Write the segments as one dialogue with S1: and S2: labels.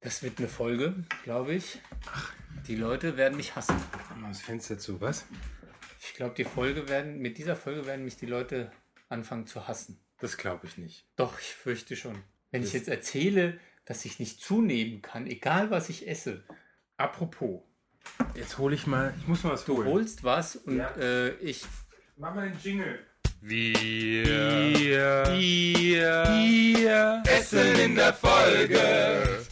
S1: Das wird eine Folge, glaube ich. Die Leute werden mich hassen.
S2: Mal das Fenster zu, was?
S1: Ich glaube, die Folge werden, mit dieser Folge werden mich die Leute anfangen zu hassen.
S2: Das glaube ich nicht.
S1: Doch, ich fürchte schon. Wenn ich jetzt erzähle, dass ich nicht zunehmen kann, egal was ich esse.
S2: Apropos, jetzt hole ich mal. Ich muss mal was
S1: Du
S2: holen.
S1: holst was und
S2: Ja.
S1: äh, ich.
S2: Mach mal den Jingle.
S3: Wir, wir, wir essen in der Folge.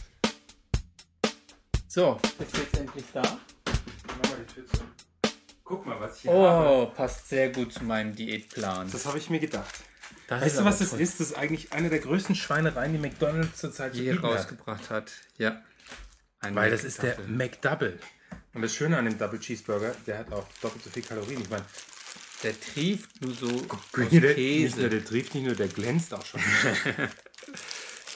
S1: So, ist jetzt endlich da.
S2: Mach mal die Tür zu. Guck mal, was ich hier habe.
S1: Oh, passt sehr gut zu meinem Diätplan.
S2: Das habe ich mir gedacht.
S1: Das
S2: weißt
S1: ist
S2: du, was
S1: aber
S2: das
S1: toll.
S2: ist? Das ist eigentlich eine der größten Schweinereien, die McDonalds zurzeit
S1: Die hier rausgebracht hat. Ja. Ein
S2: Weil das ist der
S1: Kaffee.
S2: McDouble. Und das Schöne an dem Double Cheeseburger, der hat auch doppelt so viel Kalorien. Ich meine,
S1: Der trieft nur so aus
S2: der, nicht nur
S1: Käse.
S2: der trifft, nicht nur der glänzt auch schon.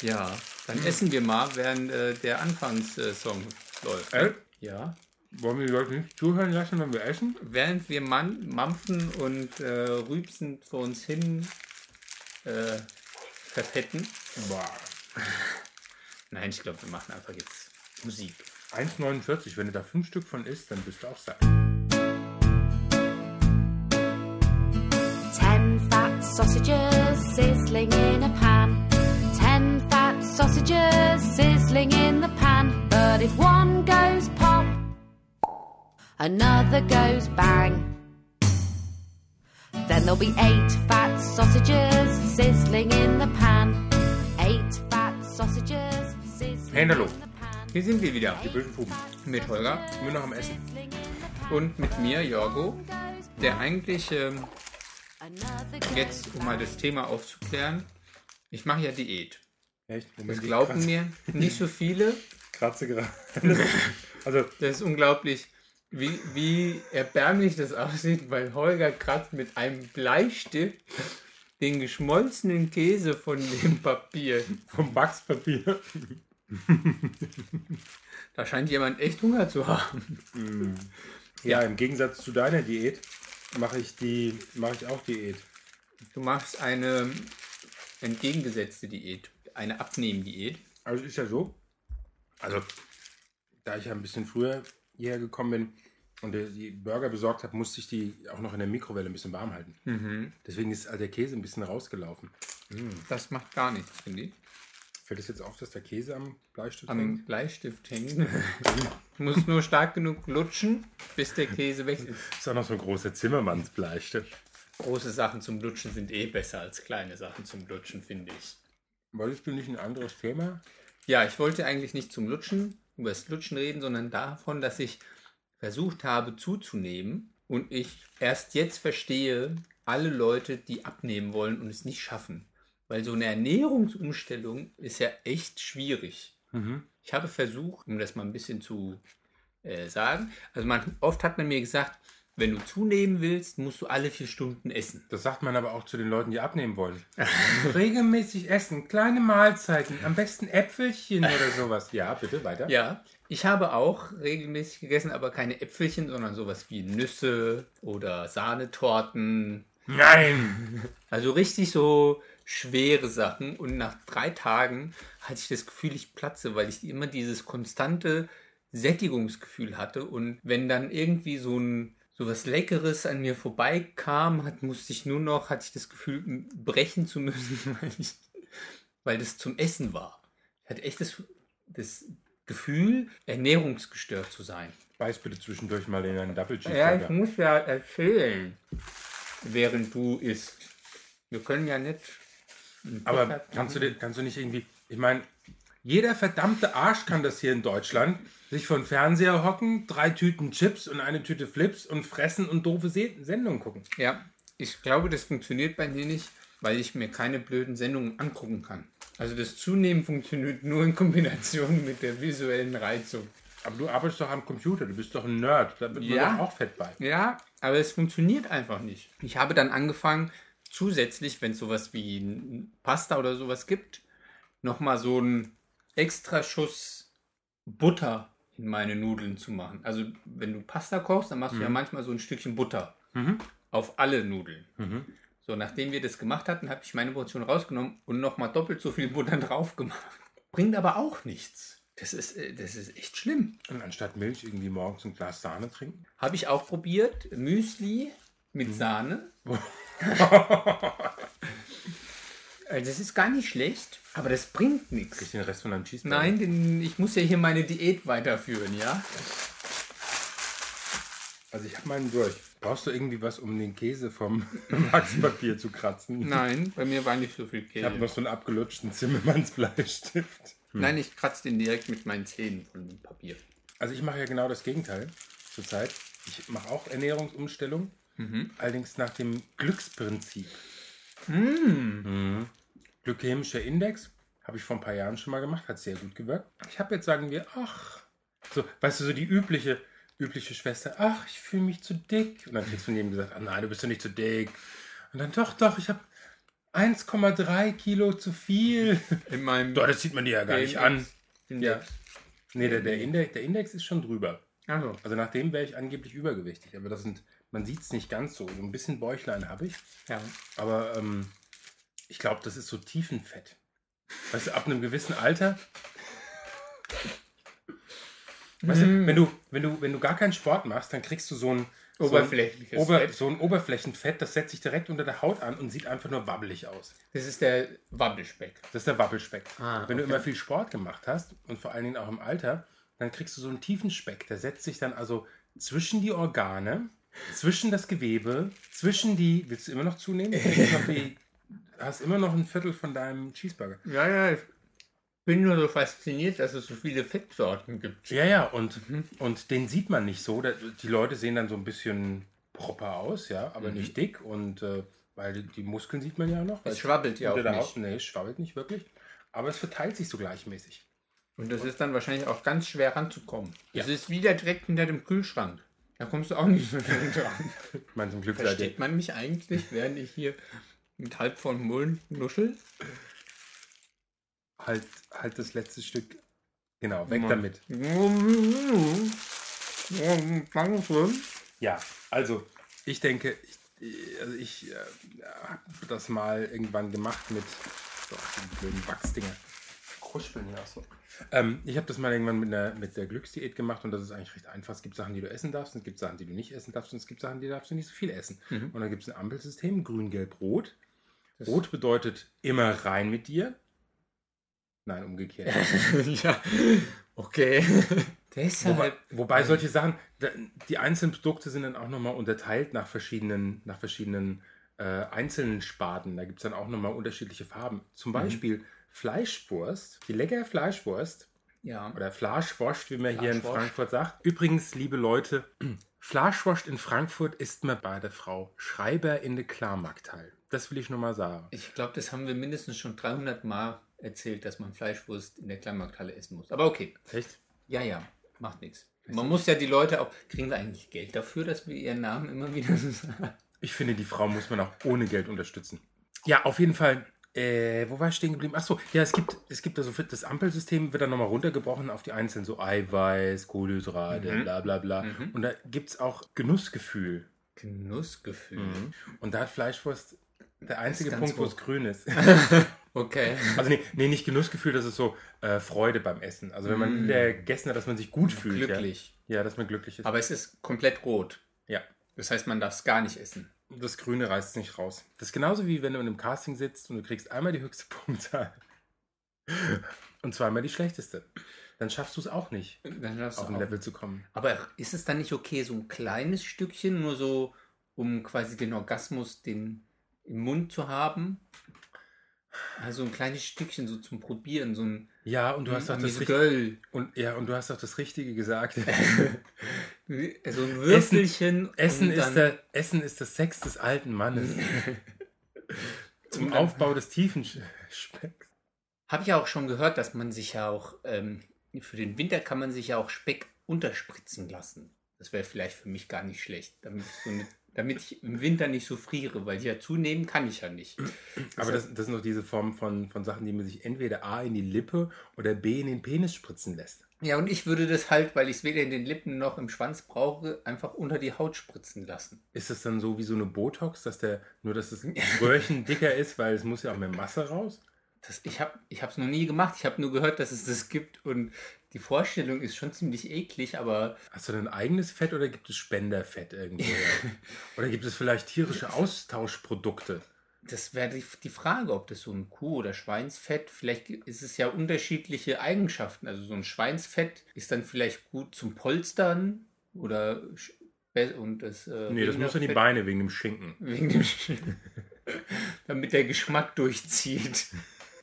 S1: Ja. Dann essen wir mal, während äh, der Anfangssong läuft. ne?
S2: Äh,
S1: Ja.
S2: wollen wir die Leute nicht zuhören lassen, wenn wir essen?
S1: Während wir man mampfen und äh, rübsend vor uns hin äh, verfetten.
S2: Boah.
S1: Nein, ich glaube, wir machen einfach jetzt Musik.
S2: 1,49, wenn du da fünf Stück von isst, dann bist du auch satt.
S4: Ten fat sausages sizzling in a pan. Ten fat sausages sizzling in the pan. But if one goes pop, another goes bang. Then there'll be eight fat sausages sizzling in the pan. Eight fat sausages sizzling
S2: Hände hoch.
S4: in the pan.
S1: Hier sind wir wieder.
S2: Die wilden Puben.
S1: Mit Holger
S2: Nur noch am Essen.
S4: Sizzling in the pan.
S1: und mit mir, Jorgo, der eigentlich, ähm,
S4: Another goes
S1: jetzt um mal das Thema aufzuklären, ich mache ja Diät.
S2: Echt? Moment,
S1: Das glauben mir nicht so viele.
S2: Kratze gerade. also,
S1: Das ist unglaublich, wie, wie erbärmlich das aussieht, weil Holger kratzt mit einem Bleistift den geschmolzenen Käse von dem Papier.
S2: vom Wachspapier.
S1: Da scheint jemand echt Hunger zu haben.
S2: Ja, im Gegensatz zu deiner Diät mache ich die, mache ich auch Diät.
S1: Du machst eine entgegengesetzte Diät, eine Abnehmdiät.
S2: Also ist ja so. Also, da ich ja ein bisschen früher hierher gekommen bin und äh, die Burger besorgt habe, musste ich die auch noch in der Mikrowelle ein bisschen warm halten. Deswegen ist äh, der Käse ein bisschen rausgelaufen.
S1: Das macht gar nichts, finde ich.
S2: Fällt es jetzt auf, dass der Käse am Bleistift hängt?
S1: Am Bleistift hängen. Du musst nur stark genug lutschen, bis der Käse weg ist.
S2: Ist auch noch so ein großer Zimmermannsbleistift.
S1: Große Sachen zum Lutschen sind eh besser als kleine Sachen zum Lutschen, finde ich.
S2: Wolltest du nicht ein anderes Thema?
S1: Ja, ich wollte eigentlich nicht zum Lutschen, über das Lutschen reden, sondern davon, dass ich versucht habe zuzunehmen und ich erst jetzt verstehe, alle Leute, die abnehmen wollen und es nicht schaffen. Weil so eine Ernährungsumstellung ist ja echt schwierig. Ich habe versucht, um das mal ein bisschen zu äh, sagen, also man, oft hat man mir gesagt, wenn du zunehmen willst, musst du alle vier Stunden essen.
S2: Das sagt man aber auch zu den Leuten, die abnehmen wollen. Regelmäßig essen, kleine Mahlzeiten, am besten Äpfelchen oder sowas. Ja, bitte, weiter.
S1: Ja, ich habe auch regelmäßig gegessen, aber keine Äpfelchen, sondern sowas wie Nüsse oder Sahnetorten.
S2: Nein!
S1: Also richtig so schwere Sachen. Und nach drei Tagen hatte ich das Gefühl, ich platze, weil ich immer dieses konstante Sättigungsgefühl hatte. Und wenn dann irgendwie so ein so was Leckeres an mir vorbeikam, hat, musste ich nur noch, hatte ich das Gefühl, m- brechen zu müssen, weil, ich, weil das zum Essen war. Ich hatte echt das, das Gefühl, ernährungsgestört zu sein.
S2: Beiß bitte zwischendurch mal in einen Double
S1: Ja, ich
S2: Cheeseburger.
S1: muss ja erzählen, während du isst. Wir können ja nicht.
S2: aber kannst du, dir- kannst du nicht irgendwie. Ich meine, jeder verdammte Arsch kann das hier in Deutschland. Sich vor den Fernseher hocken, drei Tüten Chips und eine Tüte Flips und fressen und doofe Se Sendungen gucken.
S1: Ja, ich glaube, das funktioniert bei mir nicht, weil ich mir keine blöden Sendungen angucken kann. Also das Zunehmen funktioniert nur in Kombination mit der visuellen Reizung.
S2: Aber du arbeitest doch am Computer, du bist doch ein Nerd. Da wird man
S1: Ja.
S2: doch auch fett bei.
S1: Ja, aber es funktioniert einfach nicht. Ich habe dann angefangen, zusätzlich, wenn es sowas wie n- Pasta oder sowas gibt, nochmal so einen extra Schuss Butter in meine Nudeln zu machen. Also, wenn du Pasta kochst, dann machst du ja manchmal so ein Stückchen Butter auf alle Nudeln. So, nachdem wir das gemacht hatten, habe ich meine Portion rausgenommen und nochmal doppelt so viel Butter drauf gemacht. Bringt aber auch nichts. Das ist, äh, das ist echt schlimm.
S2: Und anstatt Milch irgendwie morgens ein Glas Sahne trinken?
S1: Habe ich auch probiert. Müsli mit Sahne. Also das ist gar nicht schlecht, aber das bringt nichts.
S2: Kriegst du den Rest von deinem Cheeseburger?
S1: Nein, denn ich muss ja hier meine Diät weiterführen, ja?
S2: Also ich habe meinen durch. Brauchst du irgendwie was, um den Käse vom Wachspapier zu kratzen?
S1: Nein, bei mir war nicht so viel
S2: Ich habe
S1: Käse.
S2: noch so einen abgelutschten Zimmermannsbleistift.
S1: Nein, ich kratze den direkt mit meinen Zähnen von dem Papier.
S2: Also ich mache ja genau das Gegenteil zurzeit. Ich mache auch Ernährungsumstellung, Mhm. allerdings nach dem Glücksprinzip. Mm. Mhm. Glykämischer Index habe ich vor ein paar Jahren schon mal gemacht, hat sehr gut gewirkt. Ich habe jetzt sagen wir, ach, so, weißt du, so die übliche übliche Schwester, ach, ich fühle mich zu dick. Und dann kriegst du von jedem gesagt, ah nein, du bist ja nicht zu dick. Und dann doch, doch, ich habe 1,3 Kilo zu viel.
S1: In meinem
S2: Doch, das sieht man dir ja gar nicht an.
S1: Ja.
S2: Nee, der, der, Index, der Index ist schon drüber.
S1: Also,
S2: Also nach dem wäre ich angeblich übergewichtig, aber das sind, man sieht es nicht ganz so. So ein bisschen Bäuchlein habe ich,
S1: ja.
S2: aber ähm, ich glaube, das ist so Tiefenfett. Weißt du, ab einem gewissen Alter. Weißt
S1: Mhm.
S2: du, wenn du, wenn du, wenn du gar keinen Sport machst, dann kriegst du so ein so ein
S1: Oberflächliches
S2: Ober,
S1: Fett.
S2: So ein Oberflächenfett, das setzt sich direkt unter der Haut an und sieht einfach nur wabbelig aus.
S1: Das ist der Wabbelspeck.
S2: Das ist der Wappelspeck.
S1: Ah,
S2: Wenn du
S1: okay.
S2: immer viel Sport gemacht hast und vor allen Dingen auch im Alter, dann kriegst du so einen tiefen Speck. Der setzt sich dann also zwischen die Organe, zwischen das Gewebe, zwischen die. Willst du immer noch zunehmen? Ich glaub, die- hast immer noch ein Viertel von deinem Cheeseburger.
S1: Ja, ja, ich bin nur so fasziniert, dass es so viele Fettsorten gibt.
S2: Ja, ja, und, Mhm. und den sieht man nicht so. Da- Die Leute sehen dann so ein bisschen proper aus, ja, aber nicht dick und äh, weil die, die Muskeln sieht man ja noch.
S1: Es schwabbelt ja
S2: unter der
S1: auch
S2: Haut-
S1: nicht.
S2: Nee, es schwabbelt nicht wirklich. Aber es verteilt sich so gleichmäßig.
S1: Und das ist dann wahrscheinlich auch ganz schwer ranzukommen.
S2: Ja.
S1: Es ist wieder direkt hinter dem Kühlschrank. Da kommst du auch nicht so schnell dran.
S2: Ich meine, zum Glück seid ihr
S1: Versteht man mich eigentlich, während ich hier mit halb vollem Mund nuschel?
S2: halt, halt das letzte Stück. Genau, weg damit.
S1: Danke.
S2: Ja, also ich denke, ich, also ich äh, habe das mal irgendwann gemacht mit so, die blöden Wachsdinger. Kruspeln ja so. Ähm, ich habe das mal irgendwann mit, einer, mit der Glücksdiät gemacht und das ist eigentlich recht einfach. Es gibt Sachen, die du essen darfst, und es gibt Sachen, die du nicht essen darfst und es gibt Sachen, die darfst du nicht so viel essen. Und dann gibt es ein Ampelsystem, grün, gelb, rot. Rot bedeutet immer rein mit dir. Nein, umgekehrt.
S1: ja, okay. Deshalb.
S2: Wobei, wobei solche Sachen, da- die einzelnen Produkte sind dann auch nochmal unterteilt nach verschiedenen, nach verschiedenen äh, einzelnen Sparten. Da gibt es dann auch nochmal unterschiedliche Farben. Zum Beispiel Fleischwurst, die leckere Fleischwurst
S1: ja.
S2: oder Fleischwurst, wie man hier in
S1: Fleischwurst.
S2: Frankfurt sagt. Übrigens, liebe Leute, Fleischwurst in Frankfurt ist man bei der Frau Schreiber in der Klarmarktteil. Das will ich nur mal sagen.
S1: Ich glaube, das haben wir mindestens schon 300 Mal erzählt, dass man Fleischwurst in der Kleinmarkthalle essen muss. Aber okay.
S2: Echt?
S1: Ja, ja, macht nichts. Man muss ja die Leute auch. Kriegen wir eigentlich Geld dafür, dass wir ihren Namen immer wieder so sagen?
S2: Ich finde, die Frau muss man auch ohne Geld unterstützen. Ja, auf jeden Fall. Äh, wo war ich stehen geblieben? Achso, ja, es gibt, es gibt also für das Ampelsystem wird dann nochmal runtergebrochen auf die einzelnen, so Eiweiß, Kohlenhydrate, bla bla bla. Und da gibt es auch Genussgefühl.
S1: Genussgefühl.
S2: Und da hat Fleischwurst der einzige
S1: ganz
S2: Punkt, wo
S1: hoch.
S2: es grün Mhm. ist.
S1: Okay.
S2: Also nee, nee, nicht Genussgefühl, das ist so äh, Freude beim Essen. Also wenn man der gegessen hat, dass man sich gut fühlt.
S1: Glücklich.
S2: Ja. ja, dass man glücklich ist.
S1: Aber es ist komplett rot.
S2: ja.
S1: Das heißt, man darf es gar nicht essen.
S2: Das Grüne reißt es nicht raus. Das ist genauso wie wenn du in einem Casting sitzt und du kriegst einmal die höchste Punktzahl und zweimal die schlechteste. Dann schaffst du es auch nicht,
S1: Dann darfst du
S2: auf ein
S1: auch.
S2: Level zu kommen.
S1: Aber ist es dann nicht okay, so ein kleines Stückchen, nur so, um quasi den Orgasmus den, im Mund zu haben? Also ein kleines Stückchen so zum Probieren, so ein
S2: Ja, Hm, und du hast auch das
S1: Miss
S2: richtige,
S1: Girl.
S2: und, ja, und du hast auch das Richtige gesagt.
S1: So ein Würfelchen.
S2: Essen,
S1: und
S2: ist
S1: dann-
S2: der, Essen ist das Sex des alten Mannes. Zum Aufbau des tiefen Sch- Specks.
S1: Habe ich ja auch schon gehört, dass man sich ja auch, ähm, für den Winter kann man sich ja auch Speck unterspritzen lassen. Das wäre vielleicht für mich gar nicht schlecht, damit ich, so ne- damit ich im Winter nicht so friere, weil ja zunehmen kann ich ja nicht.
S2: Aber das, das sind doch diese Formen von, von Sachen, die man sich entweder A in die Lippe oder B in den Penis spritzen lässt.
S1: Ja, und ich würde das halt, weil ich es weder in den Lippen noch im Schwanz brauche, einfach unter die Haut spritzen lassen.
S2: Ist das dann so wie so eine Botox, dass der nur, dass das Röhrchen dicker ist, weil es muss ja auch mehr Masse raus?
S1: Das, ich habe es noch nie gemacht. Ich habe nur gehört, dass es das gibt und die Vorstellung ist schon ziemlich eklig, aber
S2: Hast du denn eigenes Fett oder gibt es Spenderfett irgendwo? oder gibt es vielleicht tierische
S1: Äh,
S2: Austauschprodukte?
S1: das wäre die, die Frage, ob das so ein Kuh- oder Schweinsfett, vielleicht ist es ja unterschiedliche Eigenschaften. Also so ein Schweinsfett ist dann vielleicht gut zum Polstern oder sch- be- und das. Äh,
S2: Nee, das muss an die
S1: Rinderfett-
S2: Beine wegen dem Schinken.
S1: Wegen dem Sch- Damit der Geschmack durchzieht.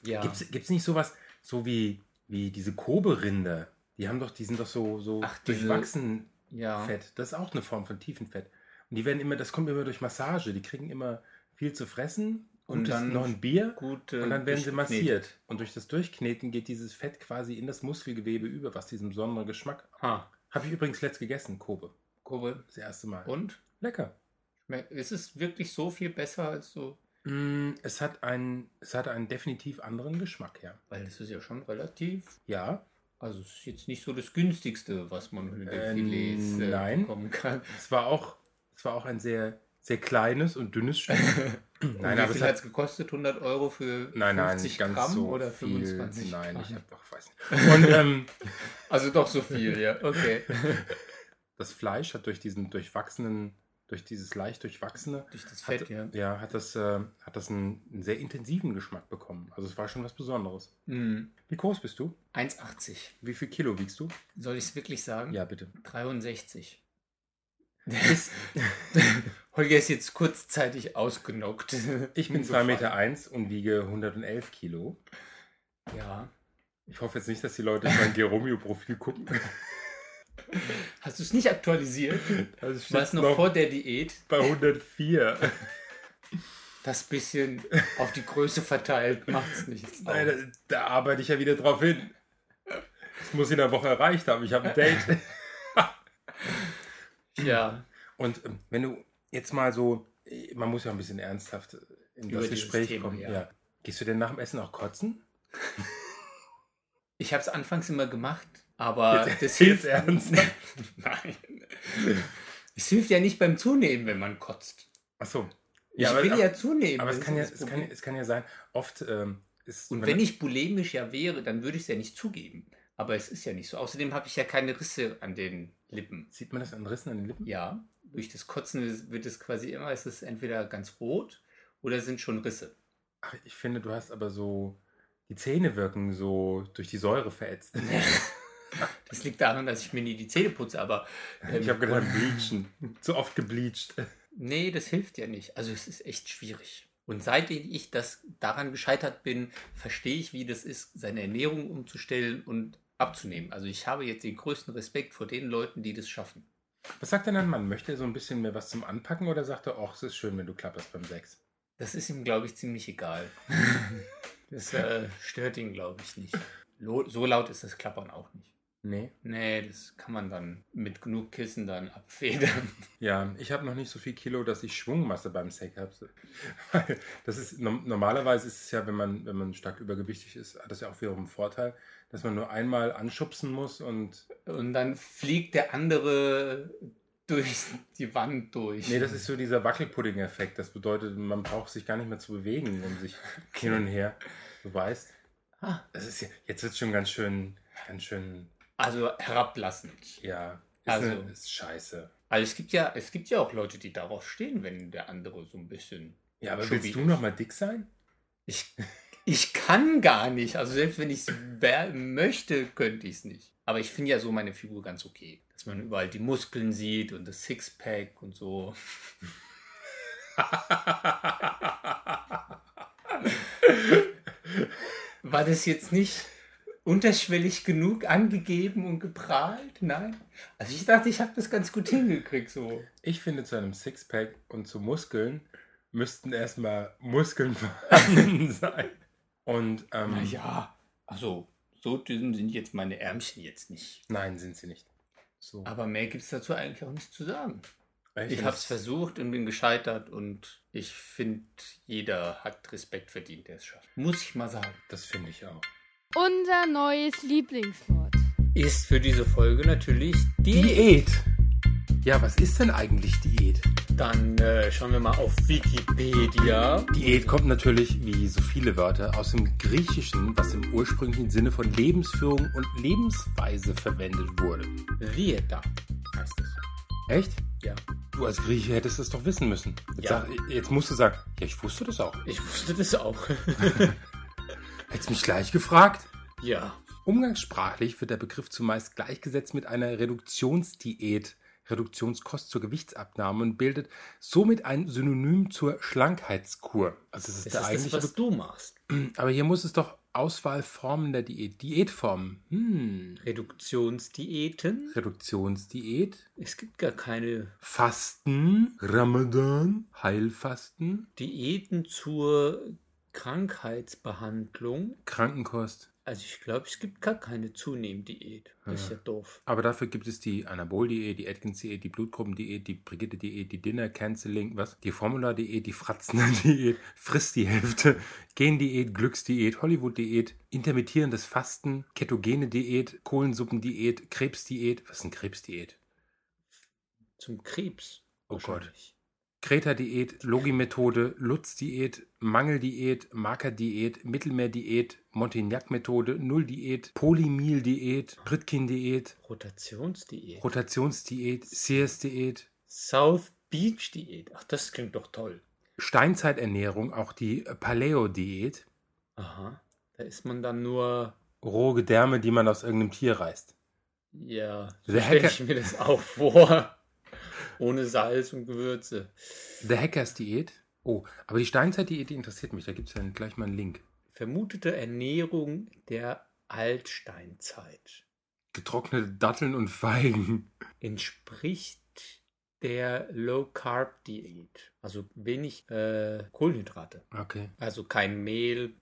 S1: Ja.
S2: Gibt's Gibt es nicht sowas, so wie, wie diese Kobe-Rinder? Die haben doch, die sind doch so, so
S1: Ach, diese-
S2: durchwachsen
S1: ja.
S2: Fett. Das ist auch eine Form von Tiefenfett. Und die werden immer, das kommt immer durch Massage. Die kriegen immer viel zu fressen
S1: Und
S2: und, dann
S1: dann
S2: noch ein Bier.
S1: Gut, äh,
S2: Und dann werden sie
S1: durchgeknetet.
S2: massiert. Und durch das Durchkneten geht dieses Fett quasi in das Muskelgewebe über, was diesen besonderen Geschmack.
S1: Ha,
S2: Habe ich übrigens letzt gegessen, Kobe.
S1: Kurbel.
S2: Das erste Mal.
S1: Und?
S2: Lecker.
S1: Schmeck- Ist es wirklich so viel besser als so?
S2: Mm, Es hat, einen, es hat einen definitiv anderen Geschmack, ja.
S1: Weil das ist ja schon relativ.
S2: Ja,
S1: Also es ist jetzt nicht so das günstigste, was man mit den
S2: Äh,
S1: Filets äh,
S2: nein.
S1: bekommen kann.
S2: es war auch, es war auch ein sehr, sehr kleines und dünnes Stück.
S1: Nein,
S2: nein,
S1: Wie
S2: aber es
S1: viel hat
S2: hat,
S1: es gekostet? 100 Euro für
S2: nein, nein,
S1: 50
S2: ganz
S1: Gramm
S2: so
S1: oder
S2: viel.
S1: 25
S2: Nein,
S1: Gramm?
S2: ich hab, ach, weiß nicht. Und ähm,
S1: Also doch so viel, ja. Okay.
S2: das Fleisch hat durch diesen durchwachsenen, durch dieses leicht durchwachsene,
S1: Durch das
S2: hat,
S1: Fett, ja.
S2: ja, hat das, äh, hat das einen, einen sehr intensiven Geschmack bekommen. Also es war schon was Besonderes.
S1: Mhm.
S2: Wie groß bist du?
S1: 1,80.
S2: Wie viel Kilo wiegst du?
S1: Soll ich es wirklich sagen?
S2: Ja, bitte.
S1: 63. Holger ist jetzt kurzzeitig ausgenockt.
S2: Ich bin
S1: Insofern.
S2: 2,1 Meter eins und wiege 111 Kilo.
S1: Ja.
S2: Ich hoffe jetzt nicht, dass die Leute in mein Geromeo-Profil gucken.
S1: Hast du es nicht aktualisiert?
S2: Also es steht
S1: War es noch vor der Diät?
S2: bei 104.
S1: Das bisschen auf die Größe verteilt macht's nichts.
S2: Nein, da, da arbeite ich ja wieder drauf hin. Das muss ich in der Woche erreicht haben. Ich habe ein Date.
S1: Ja.
S2: Und ähm, wenn du jetzt mal so, äh, man muss ja ein bisschen ernsthaft äh, in
S1: Über
S2: das
S1: dieses
S2: Gespräch
S1: Thema,
S2: kommen.
S1: ja.
S2: Ja. Gehst du denn nach dem Essen auch kotzen?
S1: Ich habe es anfangs immer gemacht, aber das
S2: Jetzt
S1: hilft.
S2: ernsthaft?
S1: Nein. Es hilft ja nicht beim Zunehmen, wenn man kotzt.
S2: Ach so.
S1: Ich
S2: aber,
S1: will
S2: aber,
S1: ja zunehmen.
S2: aber es
S1: das
S2: kann ja,
S1: ist das
S2: es kann,
S1: Problem.
S2: es kann ja sein, oft ähm, ist.
S1: Und wenn ich bulimisch ja wäre, dann würde ich es ja nicht zugeben. Aber es ist ja nicht so. Außerdem habe ich ja keine Risse an den Lippen.
S2: Sieht man das an Rissen an den Lippen?
S1: Ja, durch das Kotzen wird es quasi immer, es ist entweder ganz rot oder sind schon Risse.
S2: Ach, ich finde, du hast aber so. Die Zähne wirken so durch die Säure verätzt.
S1: Das liegt daran, dass ich mir nie die Zähne putze, aber ähm,
S2: Ich habe gedacht, bleachen. Zu oft gebleached.
S1: nee, das hilft ja nicht. Also es ist echt schwierig. Und seitdem ich das daran gescheitert bin, verstehe ich, wie das ist, seine Ernährung umzustellen und abzunehmen. Also ich habe jetzt den größten Respekt vor den Leuten, die das schaffen.
S2: Was sagt denn ein Mann? Möchte er so ein bisschen mehr was zum Anpacken oder sagt er, ach, es ist schön, wenn du klapperst beim Sex?
S1: Das ist ihm, glaube ich, ziemlich egal. Das äh, stört ihn, glaube ich, nicht. Lo so laut ist das Klappern auch nicht.
S2: Nee.
S1: Nee, das kann man dann mit genug Kissen dann abfedern.
S2: Ja, ich habe noch nicht so viel Kilo, dass ich Schwungmasse beim Sex habe. Das ist no- normalerweise ist es ja, wenn man, wenn man stark übergewichtig ist, hat das ja auch wiederum einen Vorteil, dass man nur einmal anschubsen muss und.
S1: Und dann fliegt der andere durch die Wand durch.
S2: Nee, das ist so dieser Wackelpudding-Effekt. Das bedeutet, man braucht sich gar nicht mehr zu bewegen, um sich hin und her. Du weißt.
S1: Ah.
S2: Das ist ja, jetzt wird schon ganz schön, ganz schön,
S1: also herablassend.
S2: ja, ist,
S1: Also-
S2: eine, ist scheiße.
S1: Also es gibt ja, es gibt ja auch Leute, die darauf stehen, wenn der andere so ein bisschen.
S2: Ja, aber
S1: Schubi
S2: willst du
S1: ist.
S2: nochmal dick sein?
S1: Ich, ich kann gar nicht. Also selbst wenn ich es möchte, könnte ich es nicht. Aber ich finde ja so meine Figur ganz okay. Dass man überall die Muskeln sieht und das Sixpack und so. War das jetzt nicht unterschwellig genug angegeben und geprahlt? Nein. Also ich dachte, ich habe das ganz gut hingekriegt so.
S2: Ich finde, zu einem Sixpack und zu Muskeln müssten erstmal Muskeln vorhanden sein. Und ähm,
S1: Naja. Also so dünn sind jetzt meine Ärmchen jetzt nicht.
S2: nein, sind sie nicht. So.
S1: Aber mehr gibt es dazu eigentlich auch nicht zu sagen.
S2: Ah, Ich
S1: Ich
S2: finde
S1: habe es
S2: das-
S1: versucht und bin gescheitert und ich finde, jeder hat Respekt verdient, der es schafft. Muss ich mal sagen.
S2: Das finde ich auch.
S5: Unser neues Lieblingswort.
S1: Ist für diese Folge natürlich die
S2: Diät. Ja, was ist denn eigentlich Diät?
S1: Dann äh, schauen wir mal auf Wikipedia.
S2: Diät kommt natürlich, wie so viele Wörter, aus dem Griechischen, was im ursprünglichen Sinne von Lebensführung und Lebensweise verwendet wurde.
S1: Dieta heißt es.
S2: Echt?
S1: Ja.
S2: Du als Grieche hättest das doch wissen müssen. Jetzt,
S1: Ja.
S2: sag, jetzt musst du sagen, ja, ich wusste das auch.
S1: Ich wusste das auch.
S2: Hättest mich gleich gefragt.
S1: ja.
S2: Umgangssprachlich wird der Begriff zumeist gleichgesetzt mit einer Reduktionsdiät, Reduktionskost zur Gewichtsabnahme und bildet somit ein Synonym zur Schlankheitskur. Also es ist,
S1: Das
S2: der
S1: ist das,
S2: eigentliche
S1: was du machst.
S2: Be- Aber hier muss es doch Auswahlformen der Diät, Diätformen. Hm.
S1: Reduktionsdiäten.
S2: Reduktionsdiät,
S1: Es gibt gar keine
S2: Fasten, Ramadan, Heilfasten,
S1: Diäten zur Krankheitsbehandlung.
S2: Krankenkost.
S1: Also ich glaube, es gibt gar keine Zunehmdiät. Das ist ja doof.
S2: Aber dafür gibt es die Anabol-Diät, die Atkins-Diät, die Blutgruppendiät, die Brigitte-Diät, die Dinner-Canceling, was? Die Formula-Diät, die Fratzner-Diät, Friss die Hälfte, Gen-Diät, Glücksdiät, Hollywood-Diät, intermittierendes Fasten, ketogene Diät, Kohlensuppendiät, Krebsdiät. Was ist eine Krebsdiät?
S1: Zum Krebs.
S2: Oh
S1: wahrscheinlich.
S2: Kreta-Diät, Logi-Methode, Lutz-Diät, Mangel-Diät, Marker-Diät, Mittelmeer-Diät, Montignac-Methode, Null-Diät, Polymil-Diät, Pritkin-Diät,
S1: Rotationsdiät.
S2: Rotationsdiät, CS-Diät.
S1: South Beach Diät. Ach, das klingt doch toll.
S2: Steinzeiternährung, auch die Paleo-Diät,
S1: Aha. Da ist man dann nur,
S2: rohe Gedärme, die man aus irgendeinem Tier reißt.
S1: ja, so
S2: Der
S1: stelle
S2: Hacker-
S1: ich mir das auch vor. Ohne Salz und Gewürze.
S2: The Hackers-Diät. Oh, aber die Steinzeit-Diät, die interessiert mich. Da gibt es dann gleich mal einen Link.
S1: Vermutete Ernährung der Altsteinzeit
S2: Getrocknete Datteln und Feigen.
S1: entspricht der Low Carb Diät. Also wenig äh, Kohlenhydrate.
S2: Okay.
S1: Also kein Mehl.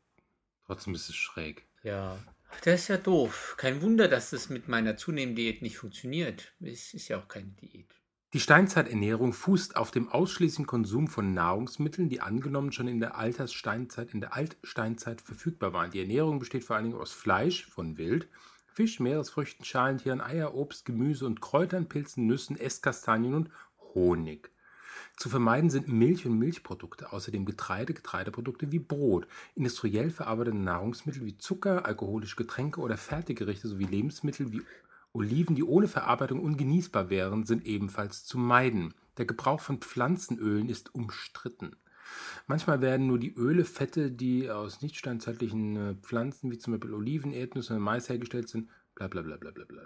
S2: Trotzdem ist es schräg.
S1: Ja. Ach, das ist ja doof. Kein Wunder, dass das mit meiner Zunehmdiät nicht funktioniert. Es ist ja auch keine Diät.
S2: Die Steinzeiternährung fußt auf dem ausschließlichen Konsum von Nahrungsmitteln, die angenommen schon in der Alterssteinzeit, in der Altsteinzeit verfügbar waren. Die Ernährung besteht vor allen Dingen aus Fleisch von Wild, Fisch, Meeresfrüchten, Schalentieren, Eier, Obst, Gemüse und Kräutern, Pilzen, Nüssen, Esskastanien und Honig. Zu vermeiden sind Milch und Milchprodukte, außerdem Getreide, Getreideprodukte wie Brot, industriell verarbeitete Nahrungsmittel wie Zucker, alkoholische Getränke oder Fertiggerichte sowie Lebensmittel wie Oliven, die ohne Verarbeitung ungenießbar wären, sind ebenfalls zu meiden. Der Gebrauch von Pflanzenölen ist umstritten. Manchmal werden nur die Öle, Fette, die aus nichtsteinzeitlichen äh, Pflanzen wie zum Beispiel Oliven, Erdnüsse und Mais hergestellt sind, bla bla bla bla bla bla.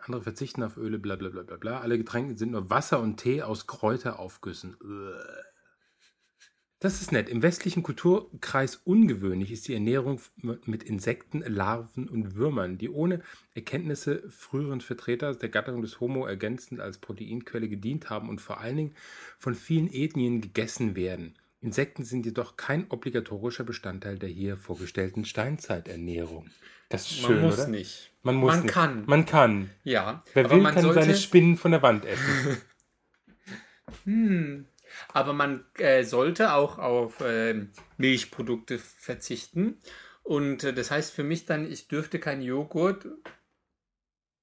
S2: Andere verzichten auf Öle, bla bla bla bla bla. Alle Getränke sind nur Wasser und Tee aus Kräuteraufgüssen. Uah. Das ist nett. Im westlichen Kulturkreis ungewöhnlich ist die Ernährung f- mit Insekten, Larven und Würmern, die ohne Erkenntnisse früheren Vertreter der Gattung des Homo ergänzend als Proteinquelle gedient haben und vor allen Dingen von vielen Ethnien gegessen werden. Insekten sind jedoch kein obligatorischer Bestandteil der hier vorgestellten Steinzeiternährung. Das ist schön,
S1: man muss
S2: oder?
S1: nicht.
S2: Man muss
S1: Man
S2: nicht.
S1: kann.
S2: Man kann.
S1: Ja.
S2: Wer
S1: aber
S2: will,
S1: man
S2: kann
S1: sollte,
S2: seine Spinnen von der Wand essen.
S1: Hm. Aber man äh, sollte auch auf ähm, Milchprodukte verzichten. Und äh, das heißt für mich dann, ich dürfte keinen Joghurt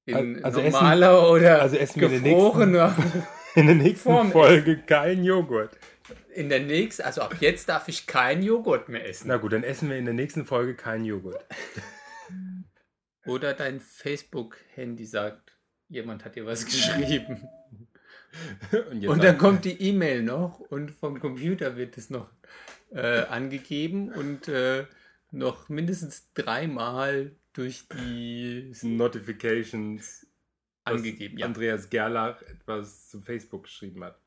S1: in
S2: Also essen-
S1: normaler oder
S2: also essen wir den
S1: gefrorener.
S2: In der nächsten
S1: Vorm
S2: Folge kein Joghurt.
S1: In der nächsten, also ab jetzt darf ich keinen Joghurt mehr essen.
S2: Na gut, dann essen wir in der nächsten Folge keinen Joghurt.
S1: Oder dein Facebook-Handy sagt, jemand hat dir was geschrieben.
S2: Und, jetzt
S1: Und dann kommt die E-Mail noch und vom Computer wird es noch äh, angegeben und äh, noch mindestens dreimal durch die
S2: Notifications,
S1: angegeben. Ja.
S2: Andreas Gerlach etwas zu Facebook geschrieben hat.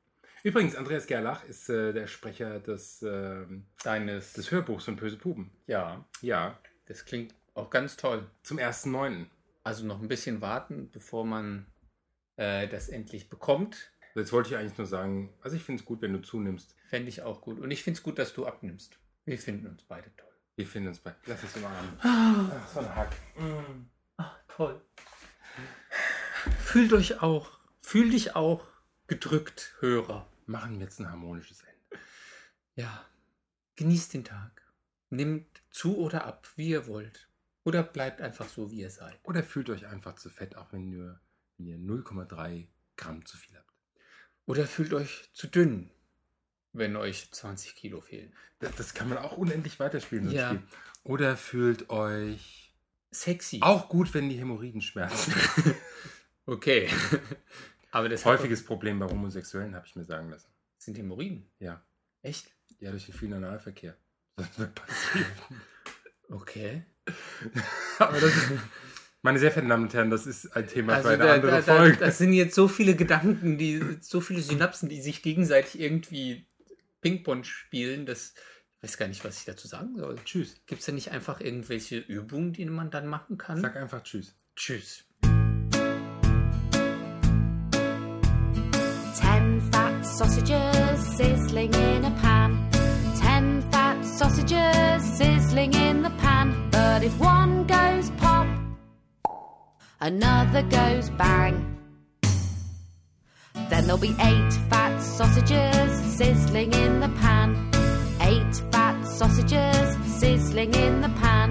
S2: Übrigens, Andreas Gerlach ist äh, der Sprecher des, ähm,
S1: Deines.
S2: des Hörbuchs von Böse Puben.
S1: ja,
S2: Ja,
S1: das klingt auch ganz toll.
S2: zum 1.9.
S1: Also noch ein bisschen warten, bevor man äh, das endlich bekommt.
S2: Jetzt wollte ich eigentlich nur sagen, also ich finde es gut, wenn du zunimmst.
S1: Fände ich auch gut. Und ich finde es gut, dass du abnimmst. Wir finden uns beide toll.
S2: Wir finden uns bei. Lass uns umarmen. Ach, so ein Hack.
S1: Toll. Fühlt euch auch, fühl dich auch gedrückt, Hörer.
S2: Machen wir jetzt ein harmonisches Ende.
S1: Ja, genießt den Tag. Nimmt zu oder ab, wie ihr wollt. Oder bleibt einfach so, wie ihr seid.
S2: Oder fühlt euch einfach zu fett, auch wenn ihr, wenn ihr 0,3 Gramm zu viel habt.
S1: Oder fühlt euch zu dünn. wenn euch 20 Kilo fehlen.
S2: Das, das kann man auch unendlich weiterspielen. das
S1: Ja.
S2: Spiel. Oder fühlt euch
S1: Sexy.
S2: auch gut, wenn die Hämorrhoiden schmerzen.
S1: Okay. Aber das hat
S2: Häufiges Problem bei Homosexuellen, habe ich mir sagen lassen.
S1: doch- sind Hämorrhoiden.
S2: Ja.
S1: Echt?
S2: Ja, durch den vielen Analverkehr. Das wird passieren.
S1: Okay.
S2: Aber das ist, meine sehr verehrten Damen und Herren, das ist ein Thema für
S1: Also
S2: eine
S1: da,
S2: andere
S1: da, da,
S2: Folge.
S1: das sind jetzt so viele Gedanken, die, so viele Synapsen, die sich gegenseitig irgendwie Ping-Pong spielen, dass ich weiß gar nicht, was ich dazu sagen soll.
S2: Tschüss.
S1: Gibt es da nicht einfach irgendwelche Übungen, die man dann machen kann?
S2: Sag einfach Tschüss.
S1: Tschüss.
S4: Ten fat sausages sizzling in a pan. Ten fat sausages sizzling in the pan. But if one goes pop, another goes bang. Then there'll be eight fat sausages sizzling in the pan. Eight fat sausages sizzling in the pan.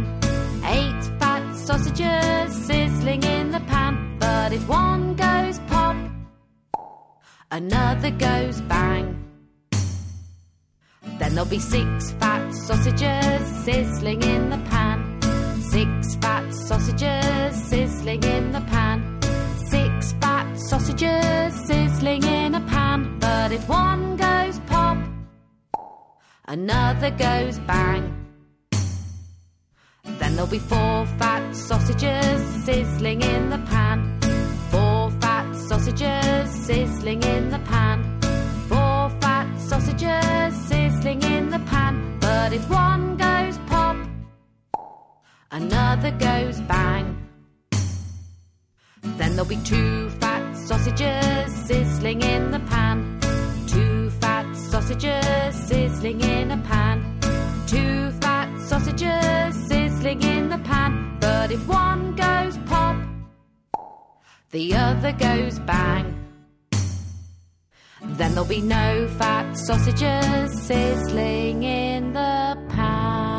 S4: Eight fat sausages sizzling in the pan. But if one goes pop, another goes bang. Then there'll be six fat sausages sizzling in the pan. Six fat sausages sizzling in the pan. Six fat sausages sizzling in a pan. But if one goes pop, another goes bang. Then there'll be four fat sausages sizzling in the pan. Four fat sausages sizzling in the pan. Four fat sausages sizzling in the pan. But if one goes pop, another goes bang. Then there'll be two fat sausages sizzling in the pan. Two fat sausages sizzling in a pan. Two fat sausages sizzling in the pan. But if one goes pop, the other goes bang. Then there'll be no fat sausages sizzling in the pan.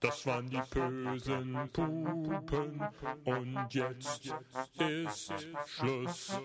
S6: Das waren die bösen Pupen und jetzt ist Schluss.